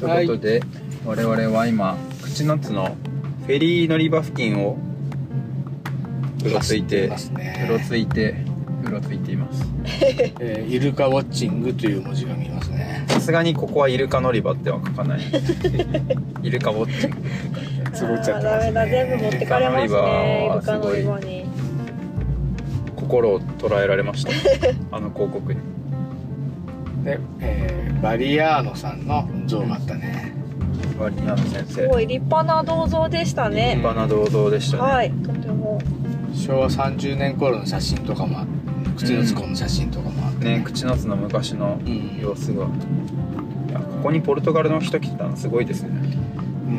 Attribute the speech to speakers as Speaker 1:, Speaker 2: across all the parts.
Speaker 1: ということで、我々は今口の津のフェリー乗り場付近をうろついて
Speaker 2: 走ってますね
Speaker 1: うろついてうろついています
Speaker 2: えーイルカウォッチングという文字が見えますね
Speaker 1: さすがにここはイルカ乗り場っては書か ないイルカウォッチング
Speaker 2: つぼっちゃってますね
Speaker 3: あーダメだ全部持ってかれますねイルカのリボに
Speaker 1: 心を捉えられま したあの広告に
Speaker 2: で、えーバリアーノさんの像があったね、
Speaker 1: バリアーノ先生
Speaker 3: す
Speaker 1: 立
Speaker 3: ごい立派な銅像でしたね、
Speaker 1: 派な銅像でしたね、
Speaker 3: はいとても
Speaker 2: 昭和30年頃の写真とかもあ口のつこの写真とかもあって、
Speaker 1: ね口の津の昔の
Speaker 2: うん
Speaker 1: 様子が、いやここにポルトガルの人来てたのすごいですね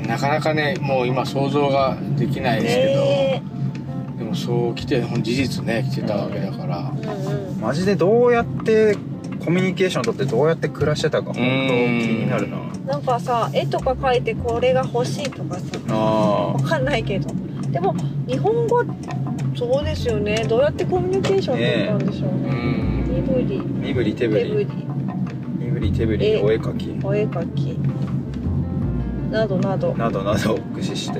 Speaker 2: なかなかねもう今想像ができないですけど、
Speaker 3: え
Speaker 2: でもそう来てほん事実ね来てたわけだから、
Speaker 3: ーうんうん
Speaker 1: マジでどうやってコミュニケーション取ってどうやって暮らしてたか本当気になるな
Speaker 3: なんかさ絵とか描いてこれが欲しいとかさ
Speaker 1: あ
Speaker 3: わかんないけどでも日本語そうですよねどうやってコミュニケーション取ったんでしょう
Speaker 2: う
Speaker 3: ね
Speaker 2: ん
Speaker 3: 身振り
Speaker 1: ー身振り手振
Speaker 3: 手振
Speaker 1: り
Speaker 3: り
Speaker 1: 身振り手振り
Speaker 3: え
Speaker 1: お絵描き
Speaker 3: お絵描きなどなど
Speaker 1: などなどを 駆使して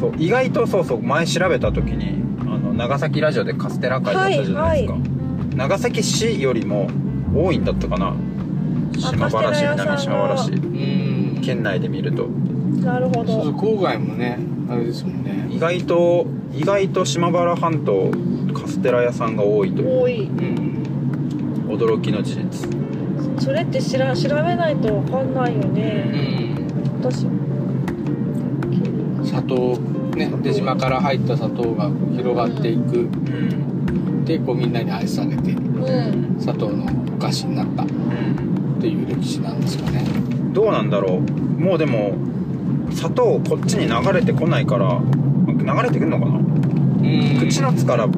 Speaker 1: そう意外とそうそう前調べた時にあの長崎ラジオでカステラ会やったじゃないですか、
Speaker 3: は
Speaker 1: 長崎市よりも多いんだったかな島原市南
Speaker 3: カステ
Speaker 1: 島
Speaker 3: ラ
Speaker 1: 原
Speaker 3: 屋さ
Speaker 1: 市
Speaker 3: んが
Speaker 2: うん
Speaker 1: 県内で見ると
Speaker 3: なる
Speaker 2: そ
Speaker 3: ほ
Speaker 2: うそう
Speaker 3: ど
Speaker 2: 郊外もねあれですもんね
Speaker 1: 意外と意外と島原半島カステラ屋さんが多いという
Speaker 3: 多い
Speaker 2: うん
Speaker 1: 驚きの事実
Speaker 3: それって知ら調べないとわかんないよ
Speaker 2: う
Speaker 3: ね
Speaker 2: ん
Speaker 3: 私
Speaker 2: 砂糖ね出島から入った砂糖が広がっていく
Speaker 1: うん、
Speaker 2: でこうみんなに愛されて
Speaker 3: うん
Speaker 2: 砂糖のお菓子になったっていう歴史なんですかね
Speaker 1: どうなんだろうもうでも砂糖こっちに流れてこないから流れてくんのかな
Speaker 2: うん
Speaker 1: 口の津から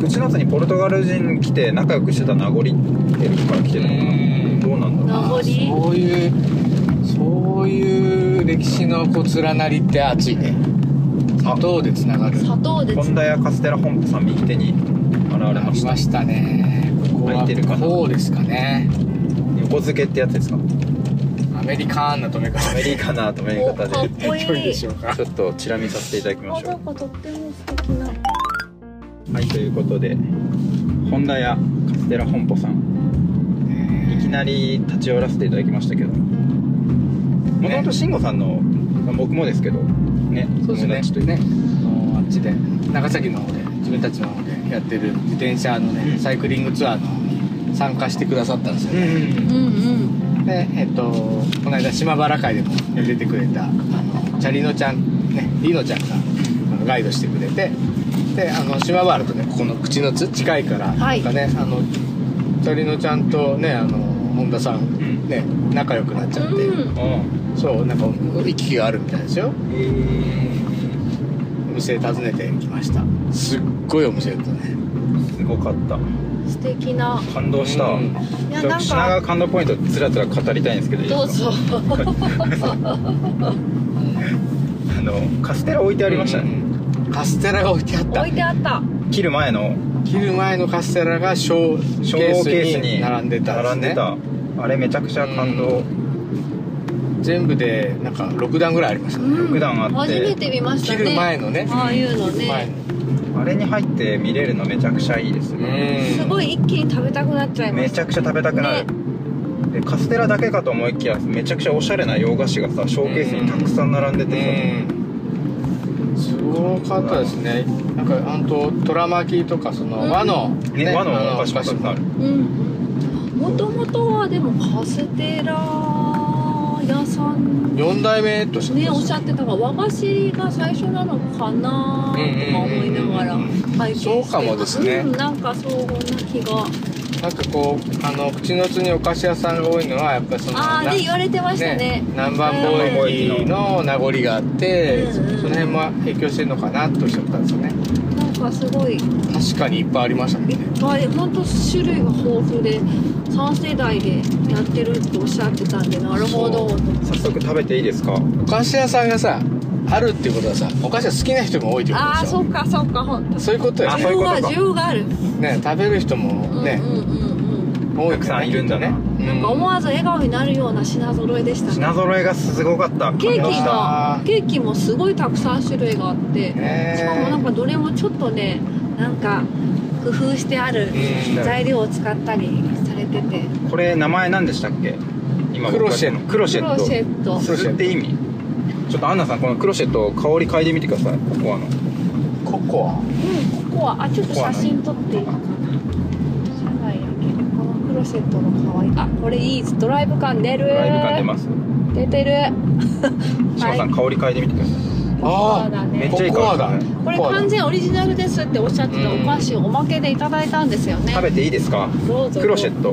Speaker 1: 口の津にポルトガル人来て仲良くしてた名残ってるから来てるのかなどうなんだろ
Speaker 3: 名残
Speaker 2: あーそういうそういう歴史のこう連なりって熱いね砂糖でつながる
Speaker 3: 砂糖
Speaker 1: う
Speaker 3: で
Speaker 1: 本田屋カステラ本舗さん右手に現れ
Speaker 2: あ
Speaker 1: ま
Speaker 2: り
Speaker 1: した
Speaker 2: ましたねここ
Speaker 1: 空いてるか
Speaker 2: は
Speaker 1: な
Speaker 2: こうですかね
Speaker 1: 横付けってやつですか
Speaker 2: アメリカンな止め
Speaker 1: ア
Speaker 2: 方
Speaker 1: メ
Speaker 2: で
Speaker 1: リカな止め
Speaker 3: おか
Speaker 1: 方
Speaker 3: っ
Speaker 1: で
Speaker 3: こ
Speaker 2: 良い
Speaker 3: い
Speaker 2: で
Speaker 3: い
Speaker 2: しょうか
Speaker 1: ちょっとチラ見させていただきま
Speaker 3: あ
Speaker 1: しょ
Speaker 3: なんかとっても素敵な
Speaker 1: うはいということで本田屋カステラ本舗さんいきなり立ち寄らせていただきましたけどもともと慎吾さんの、まあ僕もですけどね
Speaker 2: そうです
Speaker 1: 友
Speaker 2: ね
Speaker 1: 達という
Speaker 2: ねあのあっちで長崎の方で自分たちの方でやってる自転車のね、
Speaker 1: うん
Speaker 2: サイクリングツアーの方に参加してくださったんですよ
Speaker 1: う
Speaker 2: ね、
Speaker 1: ん
Speaker 3: ん
Speaker 2: でえっ、とこの間島原会でも出てくれたあのチャリノちゃんねリノちゃんがあのガイドしてくれてであの島原とねここの口の津近いから、
Speaker 3: はい
Speaker 2: なんかねあのチャリノちゃんとねあの本田さ
Speaker 1: う
Speaker 2: ん
Speaker 1: ん
Speaker 2: ね仲良くなっちゃって、
Speaker 3: うん
Speaker 1: あ
Speaker 2: そうなんか息があるみたいですよ
Speaker 1: あへえ
Speaker 2: お店訪ねてきましたすっごいお店だったね
Speaker 1: すごかった
Speaker 3: 素敵な
Speaker 1: 感動した、
Speaker 2: うん
Speaker 3: いや
Speaker 1: ちょっ
Speaker 3: な
Speaker 1: と
Speaker 3: ん
Speaker 1: 品川
Speaker 3: か
Speaker 1: 感動ポイントつらつら語りたいんですけどいい
Speaker 3: どう
Speaker 1: ですか
Speaker 3: ぞ
Speaker 1: あのカステラ置いてありましたね、
Speaker 2: うんカステラが置いてあった
Speaker 3: 置いてあった
Speaker 1: 切る前の
Speaker 2: 切る前のカステラがショー
Speaker 1: シ
Speaker 2: シ
Speaker 1: ョ
Speaker 2: ョ
Speaker 1: ーケ
Speaker 2: ーケ
Speaker 1: ース
Speaker 2: ース
Speaker 1: に
Speaker 2: に並んでた
Speaker 1: 並んでたあれめちゃくちゃ感動、
Speaker 2: 全部でなんか6段ぐらいありましたね、
Speaker 1: 六段あって
Speaker 3: 初めて見ました
Speaker 2: 切
Speaker 3: ね
Speaker 2: る前のね
Speaker 3: ああいうの
Speaker 2: 切る前
Speaker 3: ね
Speaker 2: の
Speaker 1: あれに入って見れるのめちゃくちゃいいですね、
Speaker 2: うん
Speaker 3: すごい一気に食べたくなっちゃいま
Speaker 1: め
Speaker 3: し
Speaker 1: ち
Speaker 3: た
Speaker 1: ゃくちゃ食べたくなる、でカステラだけかと思いきやめちゃくちゃおしゃれな洋菓子がさショーケースにたくさん並んでて
Speaker 2: うんすごかったですねなんかあんとトラ巻きとかその和の、
Speaker 1: さ、ね和のお菓子もたくさんある
Speaker 3: うんもともとはでもカステラ屋さん
Speaker 2: 4代目として
Speaker 3: ねおっしゃってたが和菓子が最初なのかなとか思いながら
Speaker 2: うんうんうんうん
Speaker 3: 拝見して
Speaker 2: そうかもですね
Speaker 3: うんなんかそうな気が
Speaker 2: なんかこうあの口の津にお菓子屋さんが多いのはやっぱりその
Speaker 3: ああ
Speaker 2: な
Speaker 3: で言われてましたね
Speaker 2: 南蛮貿易の名残があって、
Speaker 3: う
Speaker 2: そ
Speaker 3: ん
Speaker 2: その辺も影響してるのかなとおっしゃったんですよね
Speaker 3: なんかすごい
Speaker 2: 確かにいっぱいありましたもん
Speaker 3: いっ
Speaker 2: ね
Speaker 3: ぱい本当種類が豊富で3世代でやってるっておっしゃってたんでなるほどと
Speaker 1: 早速食べていいですか
Speaker 2: お菓子屋さんがさあるっていうことはさお菓子が好きな人も多いってことで
Speaker 3: ああ
Speaker 2: しょ
Speaker 3: そうかそうかほんと
Speaker 2: そういうことよ
Speaker 1: あ
Speaker 3: 需
Speaker 1: そういう
Speaker 3: 要
Speaker 1: こと
Speaker 3: が
Speaker 1: か
Speaker 3: 需要がある、
Speaker 2: ね食べる人も
Speaker 3: うん
Speaker 2: ね、
Speaker 3: うんうんうん
Speaker 2: 多い
Speaker 1: たくさんいるんだね
Speaker 2: ね、う
Speaker 3: なんか思わず笑顔になるような品揃えでしたね
Speaker 1: 品揃えがすごかった
Speaker 3: ケー
Speaker 2: どう
Speaker 3: キ
Speaker 2: し
Speaker 1: が
Speaker 3: が
Speaker 2: た
Speaker 3: ケーキもすごいたくさん種類があって
Speaker 2: へー
Speaker 3: しかもなんかどれもちょっとねなんか工夫してある
Speaker 2: うん
Speaker 3: 材料を使ったりされてて
Speaker 1: これ名前何でしたっけ今
Speaker 2: クロシェット
Speaker 1: クロシ
Speaker 3: ク
Speaker 1: ェッ
Speaker 3: ロシ
Speaker 1: ト
Speaker 3: ェット
Speaker 2: ット
Speaker 1: 鈴って意味ちょっとアンナさんこのクロシェットを香り嗅いでみてくださいここあの
Speaker 2: ココア
Speaker 3: うんここはあちょっと写真撮っていいかな車内やけどこのクロシェットの可愛いあこれいいですドライブ感出る
Speaker 1: ライブ感出ます
Speaker 3: 出てる
Speaker 1: 志麻さ ん香り嗅いでみてください
Speaker 3: ココアだね
Speaker 1: めっちゃいい香り
Speaker 2: ココアだ
Speaker 3: これ
Speaker 2: ココアだ
Speaker 3: 完全オリジナルですっておっしゃってたお菓子をおまけでいただいたんですよね
Speaker 1: 食べていいですか
Speaker 3: どうぞ
Speaker 1: クロシェット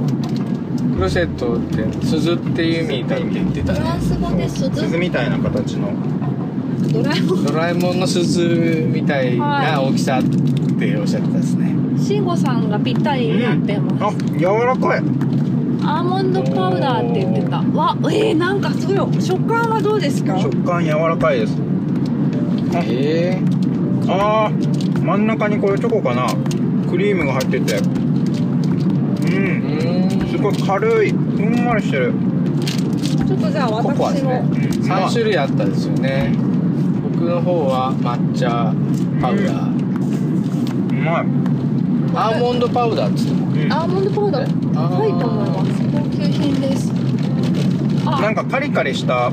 Speaker 2: クロシェットって鈴っていう意味だって言ってた
Speaker 3: フラン
Speaker 2: ね
Speaker 3: ス語で
Speaker 1: 鈴
Speaker 3: 鈴
Speaker 1: みたいな形の
Speaker 3: ドラえもん
Speaker 2: ドラえもんの鈴みたいな大きさっておっしゃってたですね、
Speaker 3: 慎吾さんがぴったりになってま
Speaker 1: あ
Speaker 3: す、
Speaker 1: 柔らかい
Speaker 3: アーモンドパウダーって言ってたわえー、なんかすごい食感はどうですか
Speaker 1: 食感柔らかいですあ
Speaker 2: え
Speaker 1: あー真ん中にこれチョコかなクリームが入っててうん
Speaker 2: えー、
Speaker 1: すごい軽いふんわりしてる
Speaker 3: ちょっとじゃあ
Speaker 2: ココアで
Speaker 3: 私
Speaker 2: すね
Speaker 3: の
Speaker 2: 3種類あったんですよね僕の方は抹茶パウダー
Speaker 1: うまい、
Speaker 2: アーモンドパウダーっつって
Speaker 1: うん
Speaker 3: アーモンドパウダー高いと思います高級品です
Speaker 1: な
Speaker 3: あ
Speaker 1: んかカリカリした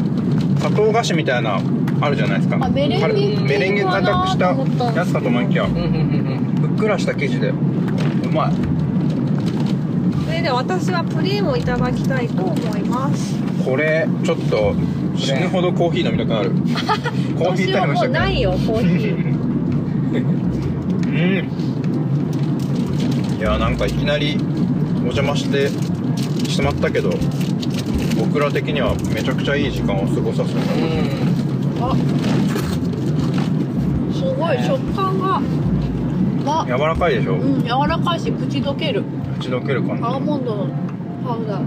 Speaker 1: 砂糖菓子みたいなあるじゃないですか
Speaker 3: あメレンゲ
Speaker 1: カリメレンゲ高くした
Speaker 3: かなと思ったんですけど
Speaker 1: やつかと思いきや
Speaker 2: うんうんうん
Speaker 1: ふっくらした生地でうまい
Speaker 3: それで私はプリンをいただきたいと思います
Speaker 1: これちょっと死ぬほどコーヒー飲みたく なるコーヒータイ
Speaker 3: 私は
Speaker 1: ムし
Speaker 3: も
Speaker 1: た
Speaker 3: う
Speaker 1: くな
Speaker 3: な
Speaker 1: る
Speaker 3: いよコーヒー
Speaker 1: うんいやなんかいきなりお邪魔してしまったけど僕ら的にはめちゃくちゃいい時間を過ごさせてもらいまし
Speaker 2: う
Speaker 3: あすごい食感がわ
Speaker 1: た柔らかいでしょ
Speaker 3: うん柔らかいし口どける
Speaker 1: 打ち解けるかな
Speaker 3: アーモンドのパウダー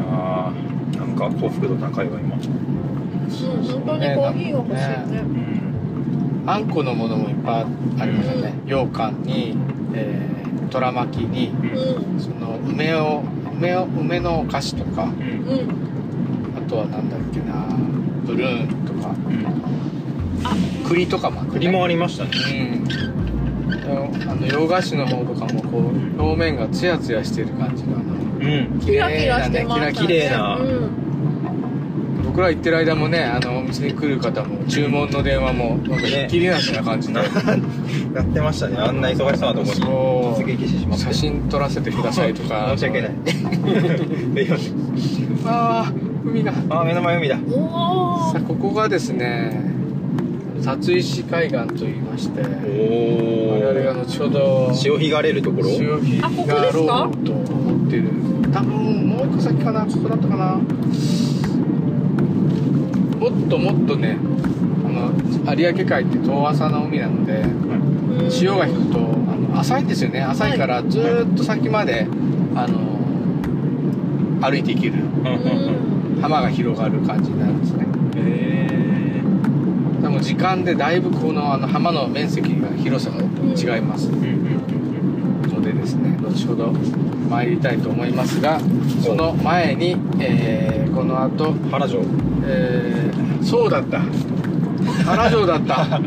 Speaker 1: あーなんか幸福度高いわ今
Speaker 3: うん本当にコーヒーが欲しいね
Speaker 1: うん
Speaker 2: んあんこのものもいっぱいありましたね羊羹に、えー、とら巻きに
Speaker 3: う
Speaker 2: その梅を梅を梅のお菓子とか
Speaker 1: うん
Speaker 3: んうん
Speaker 2: あとはなんだっけなブルーンとか
Speaker 1: うん
Speaker 2: 栗とかもあってね
Speaker 1: 栗もありましたね
Speaker 2: うんあの洋菓子の方とかもこう表面がツヤツヤしてる感じがあの
Speaker 1: うん
Speaker 3: キラキラしてましたね
Speaker 1: 綺麗な
Speaker 3: うん
Speaker 2: 僕ら行ってる間もねあのお店に来る方も注文の電話もなんかひっきりなしな 感じで、
Speaker 1: やってましたねあんな忙しそうなとこ
Speaker 2: そう
Speaker 1: に突撃してしまって
Speaker 2: 写真撮らせてくださいとか
Speaker 1: 申し 訳ないえよし
Speaker 2: ああ海が
Speaker 1: あー目の前海だ
Speaker 3: おお
Speaker 2: さあここがですね撮石海岸といいまして
Speaker 1: お
Speaker 2: 我々が
Speaker 1: お
Speaker 2: 後ほど
Speaker 1: 潮干狩れるところ
Speaker 2: 潮干
Speaker 3: あここ
Speaker 2: が
Speaker 3: です
Speaker 2: ろ
Speaker 3: か
Speaker 2: うと思ってる多分もう一個先かなここだったかなもっともっとねあの有明海って遠浅な海なので潮が引くとあの浅いんですよね浅いからずーっと先まで、あの歩いていける
Speaker 1: うんうんうん
Speaker 2: 浜が広がる感じになるんですね
Speaker 1: え
Speaker 2: でも時間でだいぶこのあの浜の面積が広さが違います
Speaker 1: ーうんうん
Speaker 2: のでですね後ほど参りたいと思いますがその前に、えーこの後、
Speaker 1: うん原城
Speaker 2: えーそうだった原城だった
Speaker 3: う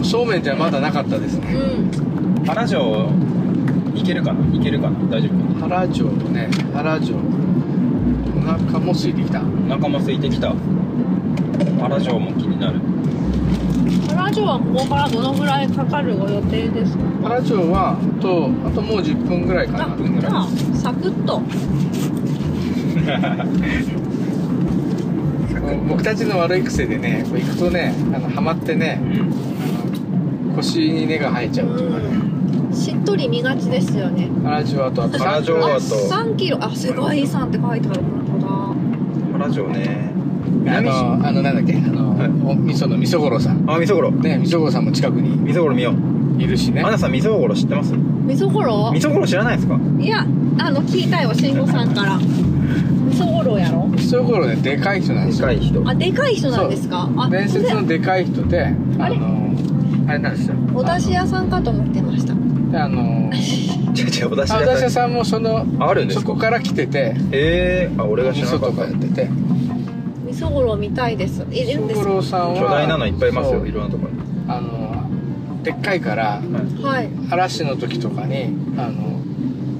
Speaker 3: ん
Speaker 2: そうめんじゃまだなかったですね
Speaker 3: うん
Speaker 1: 原城行けるかな行けるかな大丈夫か
Speaker 2: 原城のね原城お腹も空いてきた
Speaker 1: な仲間空いてきた原城も気になる
Speaker 3: 原城はここからどのぐらいかかるご予定ですか
Speaker 2: 原城はあとあともう10分ぐらいかな
Speaker 1: 分ぐらい
Speaker 3: まあサクッと
Speaker 2: 僕たちの悪い癖でねこう行くとねあのハマってね
Speaker 1: うん
Speaker 2: 腰に根が生えちゃうとかね
Speaker 3: しっとり見がちですよね
Speaker 2: 原城あとあと
Speaker 1: 原城
Speaker 3: あ
Speaker 1: そうだと
Speaker 3: 3キロあ世界遺産って書いてある本当だ
Speaker 1: 原城ね
Speaker 2: あ
Speaker 1: 南市
Speaker 2: のあのなんだっけあの、
Speaker 1: はい
Speaker 2: お味噌の味噌五郎さん
Speaker 1: あ味噌ごろ
Speaker 2: ね味噌五郎さんも近くに
Speaker 1: 味噌ごろ見よう
Speaker 2: いるしね
Speaker 1: アナさん味噌ごろ知ってます味
Speaker 3: 味噌ごろ
Speaker 1: 噌ごろ知らないですか
Speaker 3: いやあの聞いたよ慎吾さんから味噌ごろやろ
Speaker 2: 味噌五郎ねでかい人なんですよ
Speaker 1: 近い人
Speaker 3: あでかい人なんですかあ
Speaker 2: 伝説のでかい人であ
Speaker 3: あれ
Speaker 2: のあれなんですよ
Speaker 3: お出汁
Speaker 2: あ
Speaker 3: 屋さんかと思ってました
Speaker 2: のであの
Speaker 1: じゃじゃお出し
Speaker 2: あお出し
Speaker 1: 屋
Speaker 2: 屋
Speaker 1: さん
Speaker 2: さんもその
Speaker 1: あるんですか
Speaker 2: そこから来てて
Speaker 1: ええー、あ俺が知らな
Speaker 2: 味
Speaker 1: か
Speaker 2: 噌と
Speaker 1: った
Speaker 2: かやってて
Speaker 3: みそごろ見たいですいるんです
Speaker 2: 五郎さんは
Speaker 1: 巨大なのいっぱいいます
Speaker 2: そ
Speaker 1: よ
Speaker 2: う
Speaker 1: いろんなところに
Speaker 2: あのでっかいから
Speaker 3: はい
Speaker 2: 嵐の時とかにあの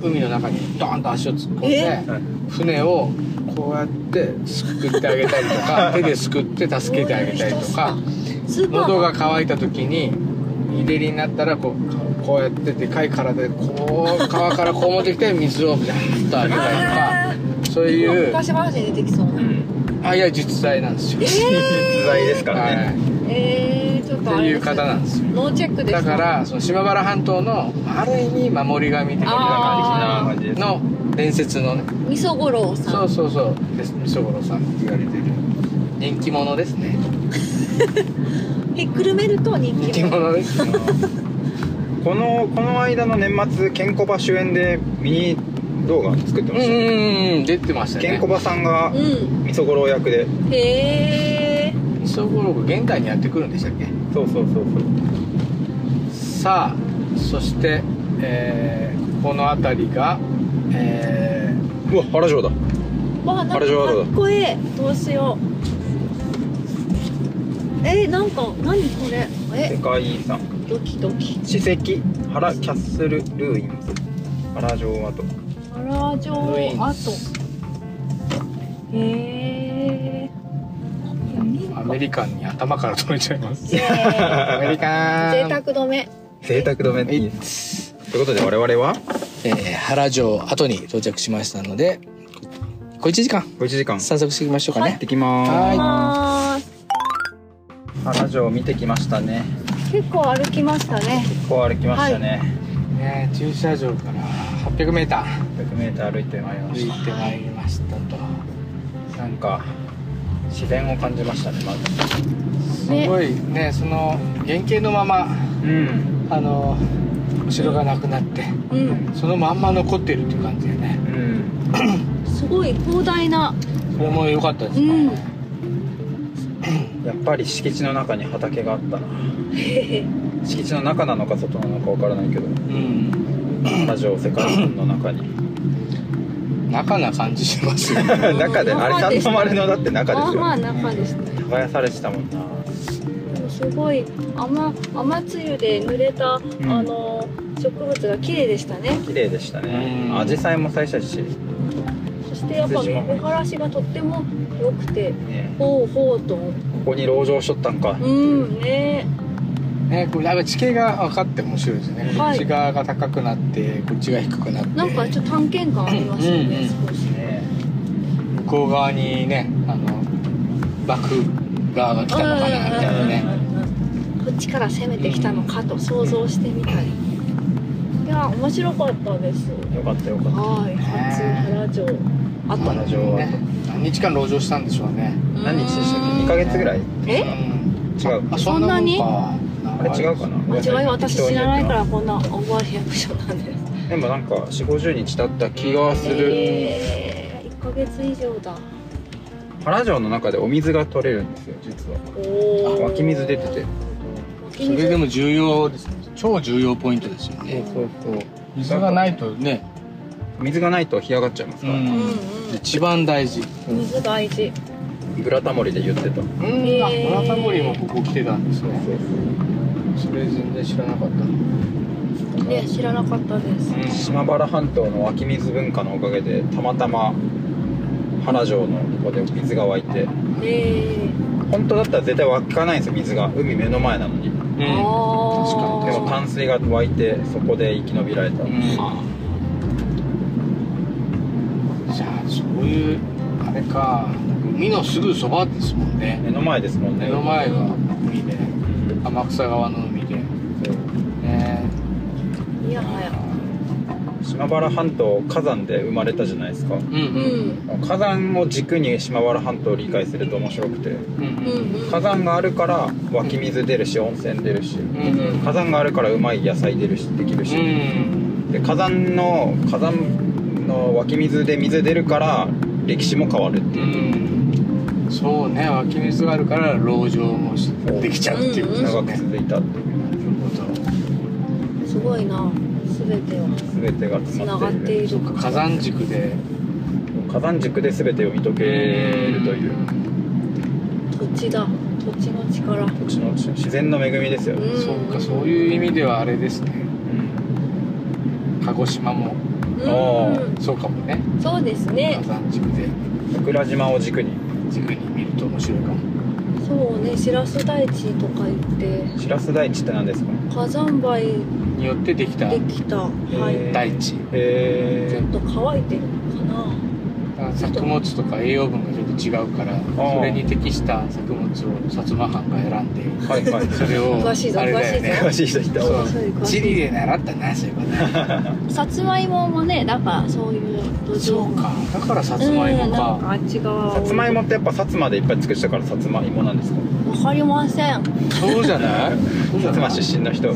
Speaker 2: 海の中にドーンと足を突っ込んで
Speaker 3: え
Speaker 1: はい
Speaker 2: 船をこうやってすくってあげたりと か手ですくって助けてあげたりとか
Speaker 3: スーパー
Speaker 2: 喉が渇いた時に入れりになったらこうこうやってでかい体でこう川からこう持ってきて水をビャーッとあげたり
Speaker 3: ああ
Speaker 2: とかそういう
Speaker 3: 昔話に出てきそうな
Speaker 1: うん
Speaker 2: あいや実在なんですよ。
Speaker 1: 実在ですから
Speaker 2: はい
Speaker 1: ね、
Speaker 3: えー、ちょっとあれ
Speaker 2: っていう方なんですよ
Speaker 3: ノーチェックです
Speaker 2: だからその島原半島のある意味守り神的な
Speaker 1: な
Speaker 3: あ
Speaker 1: 感じです
Speaker 2: の伝説のね
Speaker 3: みそごろさん
Speaker 2: そうそうそうですみそごろさんって言われてる人気者ですね
Speaker 3: ひっくるめると人
Speaker 2: 人気
Speaker 3: 気者
Speaker 2: 者ですよ
Speaker 1: このこの間の年末ケンコバ主演でミニ動画作って
Speaker 2: う
Speaker 1: ま
Speaker 2: んう
Speaker 1: した、ね
Speaker 2: んうん出てました
Speaker 1: ケン
Speaker 2: ね
Speaker 1: コバさんが
Speaker 3: う
Speaker 1: みそごろ役で
Speaker 3: んへえ
Speaker 2: みそごろが玄関にやってくるんでしたっけ
Speaker 1: そうそうそうそう
Speaker 2: さあそして、えーここの辺りが、え
Speaker 1: うわ原城だ
Speaker 3: わあなん
Speaker 1: あ
Speaker 3: か
Speaker 1: れじゃあ
Speaker 3: かっこいいどうしようえー、なんか何これ
Speaker 1: 世
Speaker 3: え
Speaker 1: 界遺産
Speaker 3: ドキドキ
Speaker 1: 史跡原キャッスルルーインズ原城跡
Speaker 3: カラー状
Speaker 2: ー、ルイン
Speaker 3: 跡へえいや見る
Speaker 2: ア
Speaker 3: か
Speaker 2: メリカンに頭から取れちゃいます
Speaker 3: イエ
Speaker 2: アメリカ
Speaker 3: ー
Speaker 2: ン
Speaker 3: イ贅沢止め
Speaker 1: 贅沢止めっていいですということで我々は
Speaker 2: えー原城後に到着しましたので小1時間
Speaker 1: 1時間
Speaker 2: 散策していきましょうか
Speaker 1: 行っ
Speaker 2: ね、
Speaker 1: てきま
Speaker 2: はい
Speaker 1: ー
Speaker 3: あ
Speaker 1: す原城見てきましたね
Speaker 3: ー結構歩きましたね
Speaker 1: 結構歩きましたね、
Speaker 2: えー駐車場から 800m
Speaker 1: 100m 歩いてまいりま
Speaker 2: 歩
Speaker 1: し
Speaker 2: いてまいりましたと
Speaker 1: たなんか自然を感じましたねまず
Speaker 2: すごいねその原型のまま
Speaker 1: うん
Speaker 2: あの後ろがなくなって
Speaker 3: うん
Speaker 2: そのまんま残ってるっていう感じでね
Speaker 1: うん
Speaker 3: すごい広大な
Speaker 2: それも良かったですね、
Speaker 3: うん
Speaker 1: やっぱり敷地の中に畑があったな
Speaker 3: へへ
Speaker 1: 敷地の中なのか外なのかわからないけど
Speaker 2: うん
Speaker 1: 原城世界遺産の中に
Speaker 2: 中な感じしますよ
Speaker 1: 中であれ三の丸のだって中です
Speaker 3: まあ
Speaker 1: よ
Speaker 3: まあ中でした
Speaker 1: 耕されてたもんな
Speaker 3: でもすごい雨雨露で濡れた、
Speaker 1: ん
Speaker 3: あの植物が綺麗でしたね
Speaker 1: 綺麗でしたね
Speaker 2: うん
Speaker 1: 紫陽花も咲いたし
Speaker 3: そしてやっぱ見
Speaker 1: 失礼します
Speaker 3: 見晴らしがとっても良くて
Speaker 1: ね
Speaker 3: ほうほうと
Speaker 1: ここに籠城しとったんか
Speaker 3: うんね
Speaker 2: ねこれやっぱ地形が分かって面白いですね、
Speaker 3: はい
Speaker 2: こっち側が高くなってこっちが低くなって
Speaker 3: なんかちょっと探検感ありましたね、
Speaker 2: うん
Speaker 3: 少し
Speaker 1: ね
Speaker 2: 向こう側にねあの幕府側が来たのかなみたいなね
Speaker 3: こっちから攻めてきたのかと想像してみたりいや面白かったです
Speaker 1: よかったよかっ
Speaker 3: はい初原城あと
Speaker 1: 原城
Speaker 2: ね何日間籠城したんでしょうね
Speaker 1: た何日でしたっけ2ヶ月ぐらい
Speaker 2: う
Speaker 3: え
Speaker 2: ん
Speaker 1: 違う
Speaker 2: あ
Speaker 3: そんなに
Speaker 2: そんなもん
Speaker 1: あれ違うかなごめんな
Speaker 3: 違
Speaker 1: さ
Speaker 3: い私知らないから
Speaker 1: 適
Speaker 3: こんなオーバーリアクションなんで
Speaker 1: 当に
Speaker 3: す
Speaker 1: 言ってますでもなんか4 5 0日経った気がする
Speaker 3: えー、1ヶ月以上だ
Speaker 1: 原城の中でお水が取れるんですよ実は
Speaker 3: お
Speaker 1: あ
Speaker 3: ー
Speaker 1: 湧き水出てて
Speaker 3: 湧き
Speaker 2: そ
Speaker 3: 水
Speaker 2: れでも重要です超重要ポイントですよ
Speaker 1: そう
Speaker 2: ね
Speaker 1: そうそう
Speaker 2: 水がないとね、
Speaker 1: 水がないと干上がっちゃいますから、
Speaker 3: うん
Speaker 2: 一番大事
Speaker 3: うん水大事
Speaker 1: ブラタモリで言ってたそう
Speaker 2: うん、
Speaker 3: へー
Speaker 2: あブラタモリもここ来てたんですね
Speaker 1: そう
Speaker 2: それ全然知らなかった
Speaker 3: ね知らなかったです
Speaker 1: 島原半島の湧き水文化のおかげでたまたま原城のとこで水が湧いて
Speaker 3: え
Speaker 1: 本当だったら絶対湧かないんですよ水が海目の前なのに
Speaker 2: うん、
Speaker 3: ー、あ
Speaker 2: 確
Speaker 1: で
Speaker 2: か
Speaker 1: も淡水が湧いてそこで生き延びられた、
Speaker 2: うんじゃあそういうあれか海のすぐそばですもんね
Speaker 1: 目の前ですもんね
Speaker 2: 目の前が海で天草川の海でね
Speaker 3: いやはや
Speaker 1: 島原半島火山で生まれたじゃないですか
Speaker 2: うんう
Speaker 3: うん
Speaker 2: ん
Speaker 1: 火山を軸に島原半島を理解すると面白くて
Speaker 2: うん
Speaker 3: うんうん
Speaker 1: 火山があるから湧き水出るし温泉出るし
Speaker 2: うんうん
Speaker 1: 火山があるからうまい野菜出るしできるし、
Speaker 2: うん
Speaker 1: で火山の火山の湧き水で水出るから歴史も変わるって
Speaker 2: う
Speaker 1: いう、
Speaker 2: んそうね湧き水があるから籠城もしできちゃうっていうことです
Speaker 1: 長く
Speaker 2: ね
Speaker 1: 続いたっていう
Speaker 2: なるほど
Speaker 3: すごいな全てを
Speaker 1: 全てが
Speaker 3: つ
Speaker 1: 詰
Speaker 3: な
Speaker 1: ま
Speaker 3: がっ
Speaker 1: って
Speaker 3: て
Speaker 1: いる
Speaker 3: いる
Speaker 2: なんか火山軸で
Speaker 1: 火山軸で全てを見とけるという
Speaker 3: 土地だ土地の力
Speaker 1: 土地の自然の恵みですよね、
Speaker 3: うん
Speaker 2: そうかそういう意味ではあれですね鹿児島も
Speaker 1: あ
Speaker 3: う
Speaker 2: そうかもね
Speaker 3: んそうですね
Speaker 2: 火山軸で
Speaker 1: 桜島を軸に
Speaker 2: 軸に見ると面白いかも
Speaker 3: そうね白洲大地とか行って
Speaker 1: しらす台地って何ですか
Speaker 3: 火山灰
Speaker 2: によってできた
Speaker 3: できた灰
Speaker 2: 大地
Speaker 1: へ
Speaker 3: ちょ
Speaker 1: え
Speaker 3: っと乾いてるのかな
Speaker 2: だから作物とか栄養分がちょっと違うからそれに適した作物を薩摩藩が選んで
Speaker 1: はいはい
Speaker 2: それを
Speaker 3: 詳しいぞ
Speaker 2: あれだよね
Speaker 1: 詳しい人いた
Speaker 2: そ
Speaker 3: そういう
Speaker 2: う
Speaker 3: こと
Speaker 2: 地理で習ったなそういうこと
Speaker 3: さつまいももねだからそういう土
Speaker 2: そ
Speaker 3: 壌
Speaker 2: う
Speaker 3: が
Speaker 2: かだからさつまい
Speaker 3: うん
Speaker 2: も
Speaker 3: なんか
Speaker 2: か
Speaker 3: あっち側
Speaker 1: さ
Speaker 3: を
Speaker 1: つまいもってやっぱ薩摩でいっぱい作ってたからさつまいもなんですか
Speaker 3: わかりません
Speaker 2: そうじゃないそうじゃ
Speaker 1: 薩摩
Speaker 2: ない
Speaker 1: 出身の人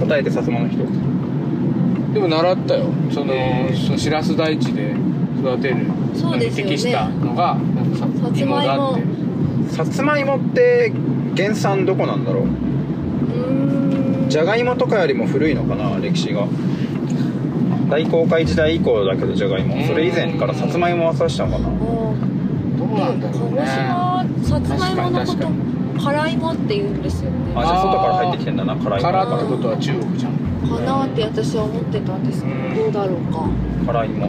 Speaker 1: 答えて薩摩の人
Speaker 2: うんでも習ったよその
Speaker 1: へー
Speaker 2: そのしらす台地で育てる
Speaker 3: そう
Speaker 2: の
Speaker 3: で
Speaker 2: に
Speaker 3: すよね
Speaker 2: 適したのがなんかさ
Speaker 3: さつまい
Speaker 2: だ
Speaker 3: も
Speaker 2: って
Speaker 1: さつまいもって原産どこなんだろう
Speaker 3: うーん
Speaker 1: じゃがいもとかよりも古いのかな歴史が大航海時代以降だけどじゃがいもそれ以前からさつまいもは指したのかな
Speaker 3: もう
Speaker 2: どうなんだ
Speaker 3: 鹿
Speaker 2: ろうね
Speaker 3: 児島さつまいものこ
Speaker 2: 確かに
Speaker 3: と辛いもって言うんですよね
Speaker 1: あ
Speaker 3: か
Speaker 1: じゃあ外から入ってきてんだな辛いも
Speaker 2: からってことは中国じゃん
Speaker 3: なって私は思ってたんですけ
Speaker 1: うん
Speaker 3: どどうだろうか
Speaker 1: 辛いも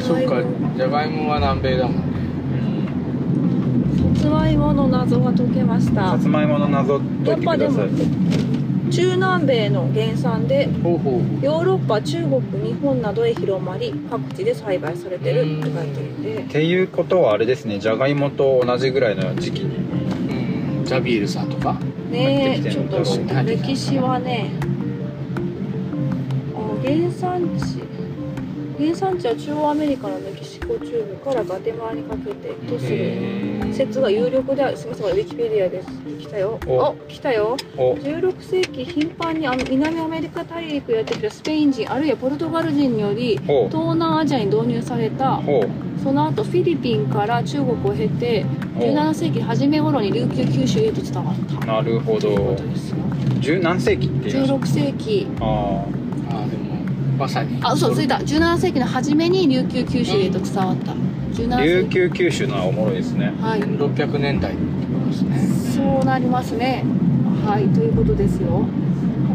Speaker 2: そっか
Speaker 3: 辛いも
Speaker 2: じゃがいもは南米だもんね
Speaker 3: さつまいもの謎が解けました
Speaker 1: さつまいもの謎解いてください
Speaker 3: 中南米の原産で
Speaker 2: ほうほう
Speaker 3: ヨーロッパ中国日本などへ広まり各地で栽培されてるって書いてるん
Speaker 1: っ
Speaker 3: で
Speaker 1: ていうことはあれですねじゃがいもと同じぐらいの時期に
Speaker 2: うんジャビールさんとか
Speaker 1: 入
Speaker 3: ね
Speaker 1: ってき
Speaker 3: えち
Speaker 1: てる
Speaker 3: ょっ
Speaker 1: んだ
Speaker 3: と
Speaker 1: ろう
Speaker 3: 歴史はねあ原産地原産地は中央アメリカのメキシコ中部からガテマラにかけてとする説が有力であるすみませんこれウィキペディアです来たよ
Speaker 1: お
Speaker 3: お来たよ
Speaker 1: お
Speaker 3: 16世紀頻繁にあの南アメリカ大陸やってきたスペイン人あるいはポルトガル人により
Speaker 1: ほう
Speaker 3: 東南アジアに導入された
Speaker 1: ほう
Speaker 3: その後フィリピンから中国を経て
Speaker 1: ほう
Speaker 3: 17世紀初め頃に琉球九州へと伝わった
Speaker 1: なるほ
Speaker 3: というこ
Speaker 1: ど
Speaker 3: とですよ
Speaker 1: 十何世紀っていう
Speaker 3: 16世紀
Speaker 1: あ
Speaker 2: あーでもまさに
Speaker 3: あ嘘つい
Speaker 2: た
Speaker 3: た17世紀の初めに琉球九州へと伝わった
Speaker 1: あ
Speaker 3: 17
Speaker 1: 琉
Speaker 3: 世紀
Speaker 1: 球九州のはおもろいですね
Speaker 3: はい
Speaker 2: 600年代ってことですね
Speaker 3: そうなりますねはいということですよ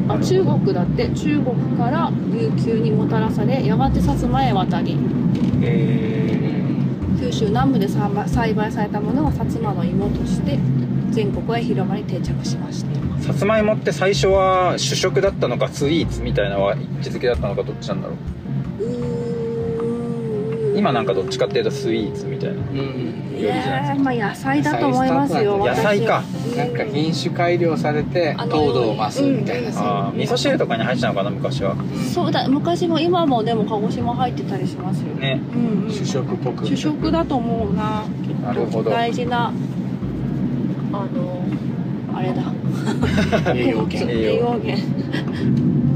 Speaker 3: あ中国だって中国から琉球にもたらされやがて薩摩へ渡り
Speaker 1: え
Speaker 3: 九州南部で栽培栽培されたものが薩摩の芋として全国へ広まり定着しました
Speaker 1: さつまいもって最初は主食だったのかスイーツみたいなのは一致づけだったのかどっちなんだろ
Speaker 3: うー
Speaker 1: う今なんかどっちかっていうとスイーツみたいなよ
Speaker 2: うん
Speaker 1: り
Speaker 3: い
Speaker 1: じゃ
Speaker 3: や
Speaker 1: ない
Speaker 3: ーまあ野菜だと思いますよ
Speaker 1: 野菜スタートなん
Speaker 3: 私
Speaker 2: なんか品種改良されて
Speaker 3: あの
Speaker 2: 糖度を増すみたいな
Speaker 1: です
Speaker 3: そ
Speaker 1: か
Speaker 3: う
Speaker 1: ああ味噌汁とかに入ってたのかな昔は
Speaker 3: そうだ昔も今もでも鹿児島入ってたりしますよね、
Speaker 1: ね
Speaker 3: うんうん、
Speaker 2: 主
Speaker 3: 主
Speaker 2: 食っぽく
Speaker 3: 食だと思うな
Speaker 1: なるほど
Speaker 3: 大事なあのあれだ
Speaker 2: 栄養
Speaker 3: そう
Speaker 2: 源
Speaker 1: 栄
Speaker 3: 栄
Speaker 1: 養
Speaker 3: 養源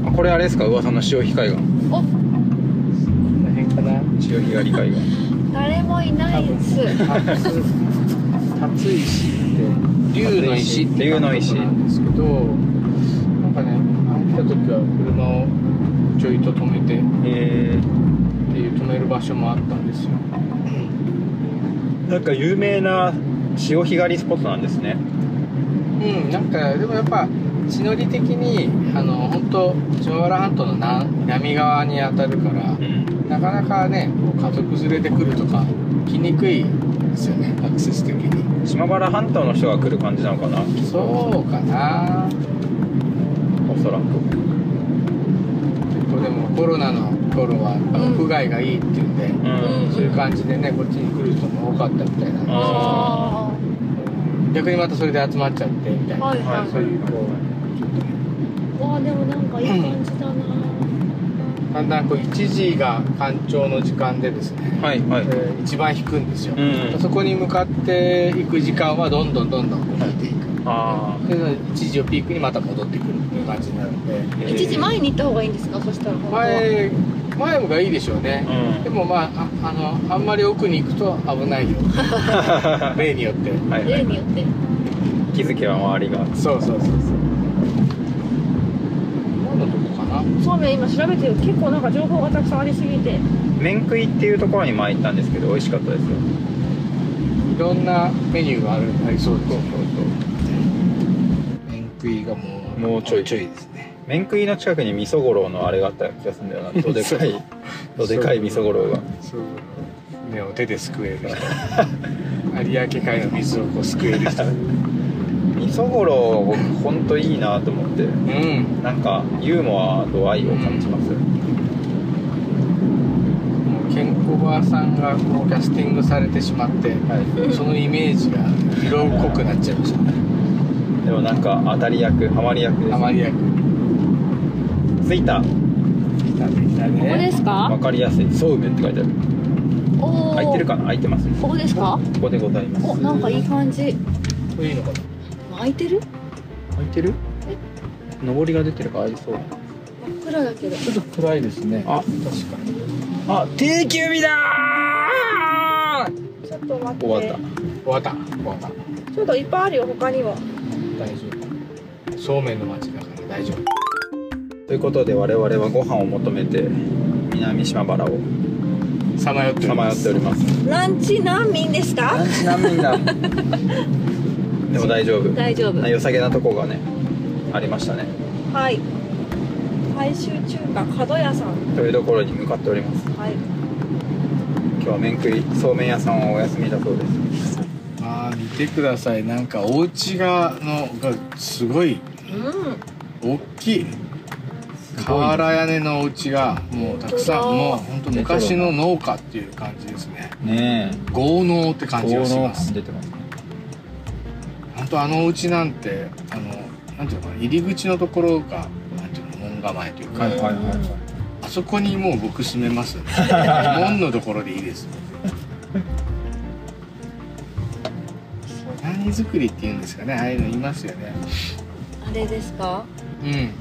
Speaker 1: あこれあれですか噂の潮干狩りが
Speaker 3: お
Speaker 2: この辺かな
Speaker 1: 潮干狩り海岸
Speaker 3: 誰もいないです
Speaker 2: 竜石って竜の石って
Speaker 1: 竜の石
Speaker 2: 書くとこなんですけどなんかね入った時は車をちょいと止めて
Speaker 1: え
Speaker 2: っていう止める場所もあったんですよ
Speaker 1: ー、なんか有名な潮干狩りスポットなんですね
Speaker 2: うんなんかでもやっぱ地の利的にあの本当島原半島の南南側に当たるから
Speaker 1: うん
Speaker 2: なかなかねこう家族連れで来るとか来にくいですよねアクセス的に
Speaker 1: 島原半島の人が来る感じなのかな
Speaker 2: そうかな
Speaker 1: おそらく
Speaker 2: 結構でもコロナの頃はあ
Speaker 3: う
Speaker 2: の
Speaker 3: ん
Speaker 2: 不具合がいいっていうんで、
Speaker 1: うん
Speaker 2: そういう感じでねこっちに来る人も多かったみたいなんで
Speaker 3: あ
Speaker 2: 逆にまたそれで集まっちゃってみたい
Speaker 3: あ
Speaker 2: な、
Speaker 3: はいはい、
Speaker 2: そういうこ
Speaker 3: うわあでもなんかいい感じだな、
Speaker 2: うだんだんこう1時が干潮の時間でですね、
Speaker 1: はいは
Speaker 2: えー一番引くんですよ、
Speaker 1: うん
Speaker 2: そこに向かっていく時間はどんどんどんどん引いていく
Speaker 1: あ
Speaker 2: で1時をピークにまた戻ってくるっていう感じになるんで
Speaker 1: あ
Speaker 3: 一時前に行った方がいいんですかそしたら本当は
Speaker 2: 前前がいいでしょうね、でもまあああのあんまり奥に行くと危ないよ 例によって
Speaker 1: はいは
Speaker 3: 例
Speaker 1: い
Speaker 3: によって
Speaker 1: 気づけば周りが
Speaker 2: そうそうそうそう今のとこかな
Speaker 3: そうめん今調べてる結構なんか情報がたくさんありすぎて
Speaker 1: 麺食いっていうところに前行ったんですけど美味しかったですよ
Speaker 2: いろんなメニューがあるありそうです
Speaker 1: そう
Speaker 2: ね麺食いがもう
Speaker 1: もうちょい
Speaker 2: ちょいですね
Speaker 1: 麺食いの近くに味噌五郎のあれがあった気がするんだよなどでか いどでかい味噌五郎が
Speaker 2: そう目を手ですくえる人有明海の水をこうすくえ る人うん
Speaker 1: 味噌五郎僕ほんといいなと思ってなんかユーモアと愛を感じます
Speaker 2: もうケンコバさんがこうキャスティングされてしまって
Speaker 1: は
Speaker 2: そのイメージが色濃くなっちゃいましたね
Speaker 1: いでもなんか当たり役ハマり役で
Speaker 2: あまりやく
Speaker 1: す着いた
Speaker 2: 来たね来た
Speaker 3: ここで
Speaker 2: ね
Speaker 3: すか
Speaker 1: わかりやすいそうめんって書いてある
Speaker 3: おお
Speaker 1: 空いてるかな空いてます
Speaker 3: ここですか
Speaker 1: ここでございます
Speaker 3: おなんかいい感じ
Speaker 2: これいいのかな
Speaker 3: 巻いてる
Speaker 1: 空いてる上りが出てるからありそう
Speaker 3: 真っ暗だけど
Speaker 2: ちょっと暗いですね
Speaker 1: あ
Speaker 2: 確かに
Speaker 1: あ定休日だー
Speaker 3: ちょっと待って
Speaker 1: 終わった
Speaker 2: 終わった終わった
Speaker 3: ちょっといっぱいあるよ他にも
Speaker 2: 大丈夫そうめんの町だから大丈夫
Speaker 1: ということで我々はご飯を求めて南島原を
Speaker 2: さまよってお
Speaker 1: さ
Speaker 2: り
Speaker 1: ま
Speaker 2: ま
Speaker 1: よって
Speaker 2: す
Speaker 1: おります
Speaker 3: ランチ難民ですか
Speaker 1: ちなみにだ でも大丈夫
Speaker 3: 大丈夫
Speaker 1: 良さげなとこがねありましたね
Speaker 3: はい大衆中華角屋さん
Speaker 1: というところに向かっております
Speaker 3: はい
Speaker 1: 今日は麺食いそうめん屋さんはお休みだそうです
Speaker 2: あー見てくださいなんかお家がのがすごい
Speaker 3: うん
Speaker 2: 大きい
Speaker 1: すごい
Speaker 2: 瓦屋根のお家がもうたくさん
Speaker 3: 本当
Speaker 2: も
Speaker 3: だ
Speaker 2: う本当昔の農家っていう感じですね
Speaker 1: ね
Speaker 2: 豪農って
Speaker 1: え
Speaker 2: 感じがしま
Speaker 1: 感
Speaker 2: す
Speaker 1: 出てますね
Speaker 2: 本当あのお家なんてあのなんていうのかな入り口のところがなんていうの門構えというか、
Speaker 1: はいはいはい
Speaker 2: あそこにもう僕住めます 門のところでいいです何作りっていうんですかねああいうのいますよね
Speaker 3: あれですか
Speaker 2: うん、こういうの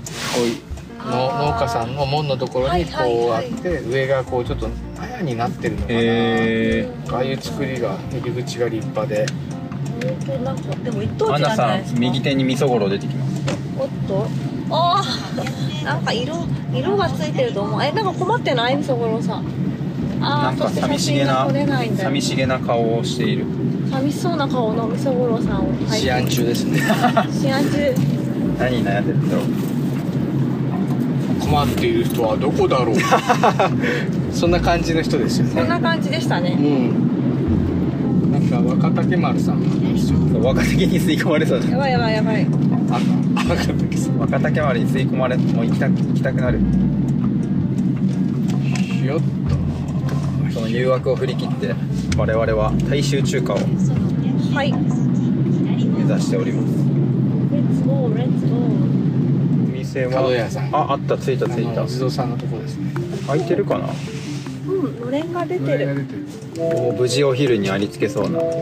Speaker 3: あー
Speaker 2: 農家さんの門のところに
Speaker 3: はいはい
Speaker 2: こうあ
Speaker 3: は
Speaker 2: っ
Speaker 3: い
Speaker 2: て上がこうちょっと納屋になってるのかな、
Speaker 1: え
Speaker 2: ああいう作りが入り口が立派で
Speaker 3: 本当なんかでも一
Speaker 1: ー、
Speaker 3: 等
Speaker 1: ア
Speaker 3: 地な
Speaker 1: ナ
Speaker 3: んじゃな
Speaker 1: さ
Speaker 3: いです
Speaker 1: ん
Speaker 3: か
Speaker 1: 右手に味噌ごろ出てきます
Speaker 3: おっとああなんか色色がついてると思うえなんか困ってないみそごろさんあ
Speaker 1: な
Speaker 3: あ
Speaker 1: んか寂しげな
Speaker 3: 撮れないんだよ
Speaker 1: 寂
Speaker 3: 寂し
Speaker 1: しげな顔をしている
Speaker 3: そうな顔のみそごろさんを拝見
Speaker 2: 中ですね
Speaker 3: 試案中
Speaker 1: 何に悩んでるんだろう
Speaker 2: 困っている人はどこだろう そんな感じの人ですよ
Speaker 3: こんな
Speaker 2: ね
Speaker 3: 感じでした
Speaker 2: う
Speaker 3: ね
Speaker 2: んなんか若竹丸さんなんですよ
Speaker 1: そう若竹に吸い込まれそうだ
Speaker 3: やばいやばいやばい
Speaker 2: あ若竹さん
Speaker 1: 若竹丸に吸い込まれもう行きたく行きたくなる
Speaker 2: ひよっ
Speaker 1: その誘惑を振り切って我々は大衆中華を
Speaker 3: はい
Speaker 1: 目指しております
Speaker 3: レッツゴーレッツゴー
Speaker 1: お店は
Speaker 2: 角屋さん
Speaker 1: ああった着いた
Speaker 2: と
Speaker 1: 着い
Speaker 2: あの
Speaker 1: た
Speaker 2: お地蔵さんのとこですね
Speaker 1: 開いてるかな
Speaker 3: うんのれんが出て
Speaker 2: 出
Speaker 3: る
Speaker 2: てる
Speaker 1: お無事お昼にありつけそうなと
Speaker 2: よ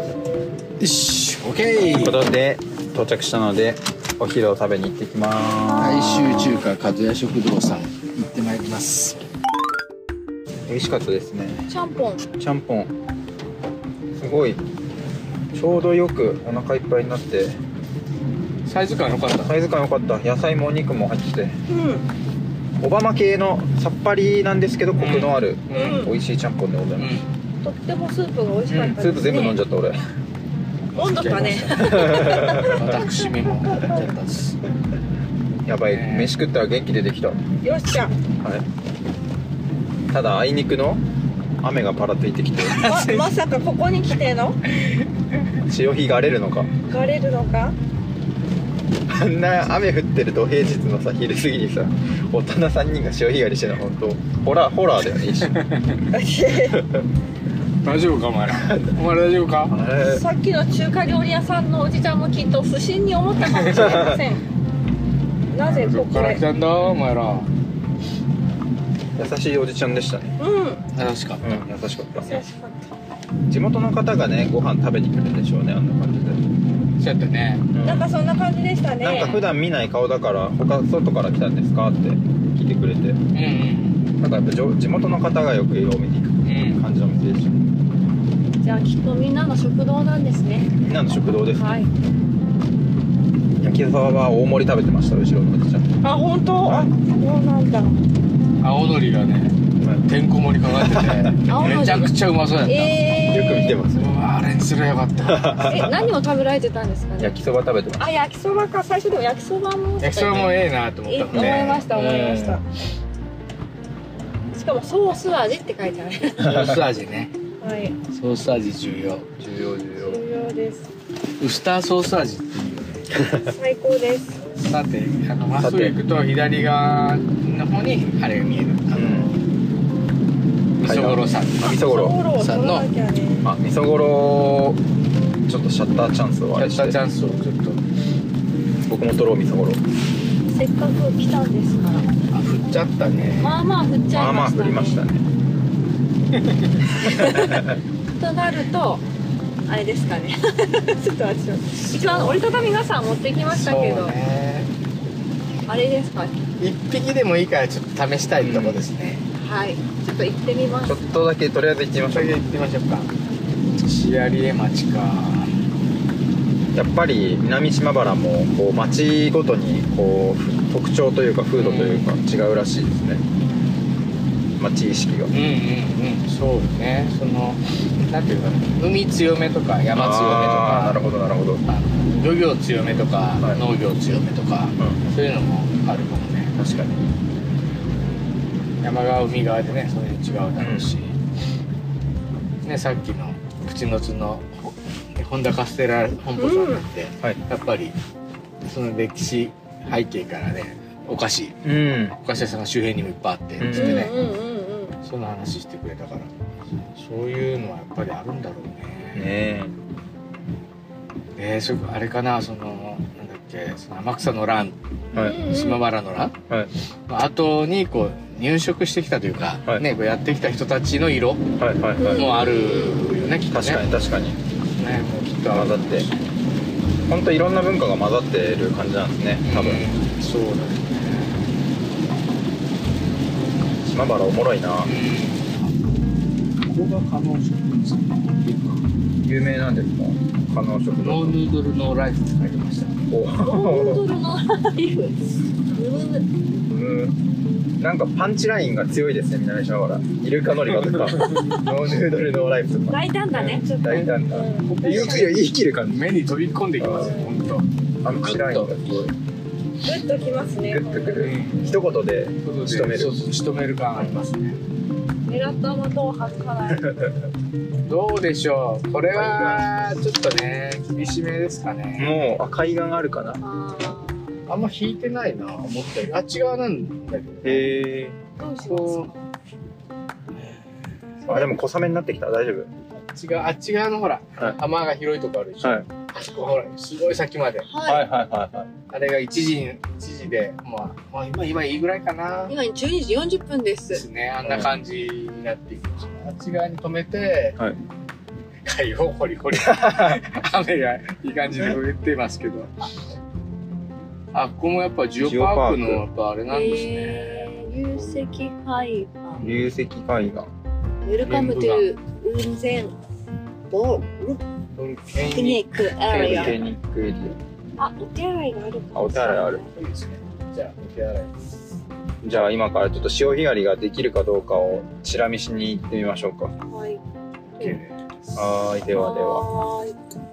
Speaker 2: しオッ
Speaker 1: い
Speaker 2: ケ
Speaker 1: うこ
Speaker 2: ー
Speaker 1: とで到着したのでお昼を食べに行ってきま
Speaker 2: 大衆中華和也食堂さん行ってまいります
Speaker 1: す美味しかったですね
Speaker 3: ちゃんぽん
Speaker 1: ちゃんぽんすごいちょうどよくお腹いっぱいになって
Speaker 2: サイズ感良かった
Speaker 1: サイズ感良かった野菜もお肉も入ってて
Speaker 3: うん
Speaker 1: オバマ系のさっぱりなんですけどコクのある
Speaker 2: う
Speaker 1: 美味しいちゃんぽんでございます、
Speaker 3: とってもスープが美味しかったですね
Speaker 1: スープ全部飲んじゃった俺
Speaker 3: 飲んどったね
Speaker 2: 私めもやっちゃったし
Speaker 1: やばい
Speaker 2: ねえ
Speaker 1: 飯食ったら元気出てきた、は
Speaker 3: よっしゃ
Speaker 1: い、ただあいにくの雨がパラついてきて
Speaker 3: ま まさかここに来ての
Speaker 1: 潮干がれるのか
Speaker 3: がれるのか
Speaker 1: あんな雨降ってる土平日のさ昼過ぎにさ大人3人が潮干狩りしてるの本当ホラーホラーだよね一瞬
Speaker 2: 大丈夫かお前らお前ら大丈夫か
Speaker 1: あれ
Speaker 3: さっきの中華料理屋さんのおじちゃんもきっと不審に思ったかもしれません なぜ
Speaker 2: ど
Speaker 3: こ
Speaker 2: っ
Speaker 3: こ
Speaker 2: から
Speaker 3: へ
Speaker 2: 来たんだお前ら
Speaker 1: 優しいおじちゃんでしたね
Speaker 3: うん
Speaker 2: 楽しかっ
Speaker 1: うん優しかった
Speaker 3: 優しかった
Speaker 1: 地元の方がねご飯食べに来るんでしょうねあんな感じで、
Speaker 2: そうやったね
Speaker 1: うん
Speaker 3: なんかそんな感じでしたね
Speaker 1: なんか普段見ない顔だから他外から来たんですかって聞いてくれて
Speaker 2: うんうん
Speaker 1: なんかやっぱじょ地元の方がよく色を見に行
Speaker 2: う
Speaker 1: く
Speaker 2: ん
Speaker 1: 感じのお店でしたね
Speaker 3: じゃあきっとみんなの食堂なんですね
Speaker 1: みんなの食堂です
Speaker 3: はい
Speaker 1: 焼きそばは大盛り食べてました後ろのおじちゃん
Speaker 3: あ本当あそうなんだ
Speaker 2: 青のりがねてんこ盛りかかってて
Speaker 3: 青のり
Speaker 2: めちゃくちゃうまそうやった、
Speaker 3: えー、
Speaker 1: よく見てます
Speaker 2: うわあれにすればよかった
Speaker 3: え何を食べられてたんですかね
Speaker 1: 焼きそば食べてます
Speaker 3: あ焼きそばか最初でも焼きそばも
Speaker 2: 焼きそばもええなと思っ
Speaker 3: いい
Speaker 2: た
Speaker 3: 思
Speaker 2: もん
Speaker 3: い
Speaker 2: ね
Speaker 3: ました思いました、しかもソース味って書いてある
Speaker 2: ソース味ね
Speaker 3: はい
Speaker 2: ソース味重要
Speaker 1: 重要重要
Speaker 3: 重要です
Speaker 2: ウスターソース味っていう
Speaker 3: 最高です
Speaker 2: さてあのまっすぐ行くと左側の方にあれが見えるあのみそごろさん
Speaker 1: あみそごろ
Speaker 3: を
Speaker 2: さん
Speaker 3: 取
Speaker 2: の
Speaker 3: らなきゃね
Speaker 1: あみそごろちょっとシャッターチャンスをあれ
Speaker 2: キャ
Speaker 1: し
Speaker 2: ッターチ
Speaker 1: て
Speaker 2: ャンスをちょっと
Speaker 1: 僕も撮ろうみそごろ
Speaker 3: せっかく来たんですから
Speaker 2: あ振っちゃったね
Speaker 3: まあまあ振っち
Speaker 1: ま
Speaker 3: ゃ
Speaker 1: あ
Speaker 3: い
Speaker 1: ま
Speaker 3: ま
Speaker 1: あ
Speaker 3: したね
Speaker 1: 振りましたね
Speaker 3: となるとあれですかね ちょっと待って一番折りたたみ傘持ってきましたけど、
Speaker 2: ね
Speaker 3: あれですかね
Speaker 2: 一匹でもいいからちょっと試したいとこですね、
Speaker 3: はいちょっと行ってみます
Speaker 1: ちょっとだけとりあえず行ってみまし
Speaker 2: そ
Speaker 1: ょう
Speaker 2: れで行ってみましょうかリエ町か
Speaker 1: やっぱり南島原もこう町ごとにこう特徴というか風土というか違うらしいですね町意識が
Speaker 2: うんうんうんそうねそのなんていうか海強めとか山強めと
Speaker 1: あーな
Speaker 2: か
Speaker 1: るほどなるほど、
Speaker 2: あの漁業強めとか、
Speaker 1: はい
Speaker 2: 農業強めとかそういうのもあるかもね
Speaker 1: 確かに
Speaker 2: 山側海側でねそれ違うだろうし、ねさっきの口のつのほ本田カステラ本舗さんだって、
Speaker 1: はい
Speaker 2: やっぱりその歴史背景からねお菓子
Speaker 1: うん
Speaker 2: お菓子屋さんが周辺にもいっぱいあって
Speaker 1: うん
Speaker 2: つっ
Speaker 3: うんう
Speaker 2: て
Speaker 3: ん
Speaker 2: ね、
Speaker 3: うんうん
Speaker 2: その話してくれたからそういうのはやっぱりあるんだろうね
Speaker 1: ね
Speaker 2: えー、それあれかなそのなんだっけその天草の乱
Speaker 1: えは
Speaker 3: う
Speaker 1: い
Speaker 3: んうん
Speaker 2: 島原の乱
Speaker 1: はい
Speaker 2: の後にこう入植してきたというか、
Speaker 1: はい
Speaker 2: ねこうやってきた人たちの色
Speaker 1: はいはいはい、
Speaker 2: もあるよねきっとね
Speaker 1: 確かに確かに
Speaker 2: ねもうきっと
Speaker 1: 混ざって本当いろんな文化が混ざってる感じなんですね多分、
Speaker 2: うんそうだね
Speaker 1: 島原おもろいな
Speaker 2: ここが可能食
Speaker 1: 有名なんですか加納食堂
Speaker 2: ノーヌードルノーライフって書いてました
Speaker 1: お
Speaker 3: ノー
Speaker 1: お
Speaker 3: ドルのライフむむ
Speaker 1: うんなんかパンチラインが強いですね南島原イルカのりかと かノーヌードルノーライフとか
Speaker 3: 大胆だねちょっと
Speaker 1: 大胆な
Speaker 3: うん
Speaker 1: 言い切る言い切る感じ
Speaker 2: 目に飛び込んでいきますよ本当。
Speaker 1: パンチラインがすごい
Speaker 3: グッときますね
Speaker 1: グッとくる一言で仕留め
Speaker 2: そ
Speaker 1: る
Speaker 2: うそう仕留める感ありますね
Speaker 3: 狙った的を外さない
Speaker 2: どうでしょうこれはちょっとね厳しめですかね
Speaker 1: もうあ海岸あるかな
Speaker 3: あー
Speaker 2: あんま引いてないな思ったよりあっち側なんだけど
Speaker 1: へえ
Speaker 3: どうします
Speaker 2: こ
Speaker 3: か
Speaker 2: う
Speaker 1: あでも小雨になってきた大丈
Speaker 2: あっち側あっち側のほら
Speaker 1: 夫はい
Speaker 2: 浜が広いとこあるでしょ、
Speaker 1: はい
Speaker 2: あそこほらすごい先まで
Speaker 1: は
Speaker 3: はいい
Speaker 1: はいはいはい
Speaker 2: あれが1時に一時でまあ、まあ、今今いいぐらいかな
Speaker 3: 今12時40分で
Speaker 2: ですすねあんな感じになっていくあっち側に止めて、
Speaker 1: はい
Speaker 2: 海をホリホ リ雨がいい感じで降ってますけどあここもやっぱジオパークの
Speaker 1: ジオパーク
Speaker 2: やっぱあれなんですね、
Speaker 3: えー、流石海岸
Speaker 1: 流石海岸
Speaker 3: ウェルカムトゥ雲仙ボル
Speaker 2: ドルフィン
Speaker 3: ピニックア
Speaker 1: テ
Speaker 3: リ
Speaker 1: ニ
Speaker 3: ア
Speaker 1: ッ。クエリ
Speaker 3: あ、お手洗いがあるか
Speaker 1: アあお手洗いある
Speaker 2: いいですねじゃあお手洗い
Speaker 1: じゃあ今からちょっと潮干狩りができるかどうかをチラ見しに行ってみましょうか
Speaker 3: はい。
Speaker 2: 綺麗
Speaker 1: はーいではでは
Speaker 3: はーい。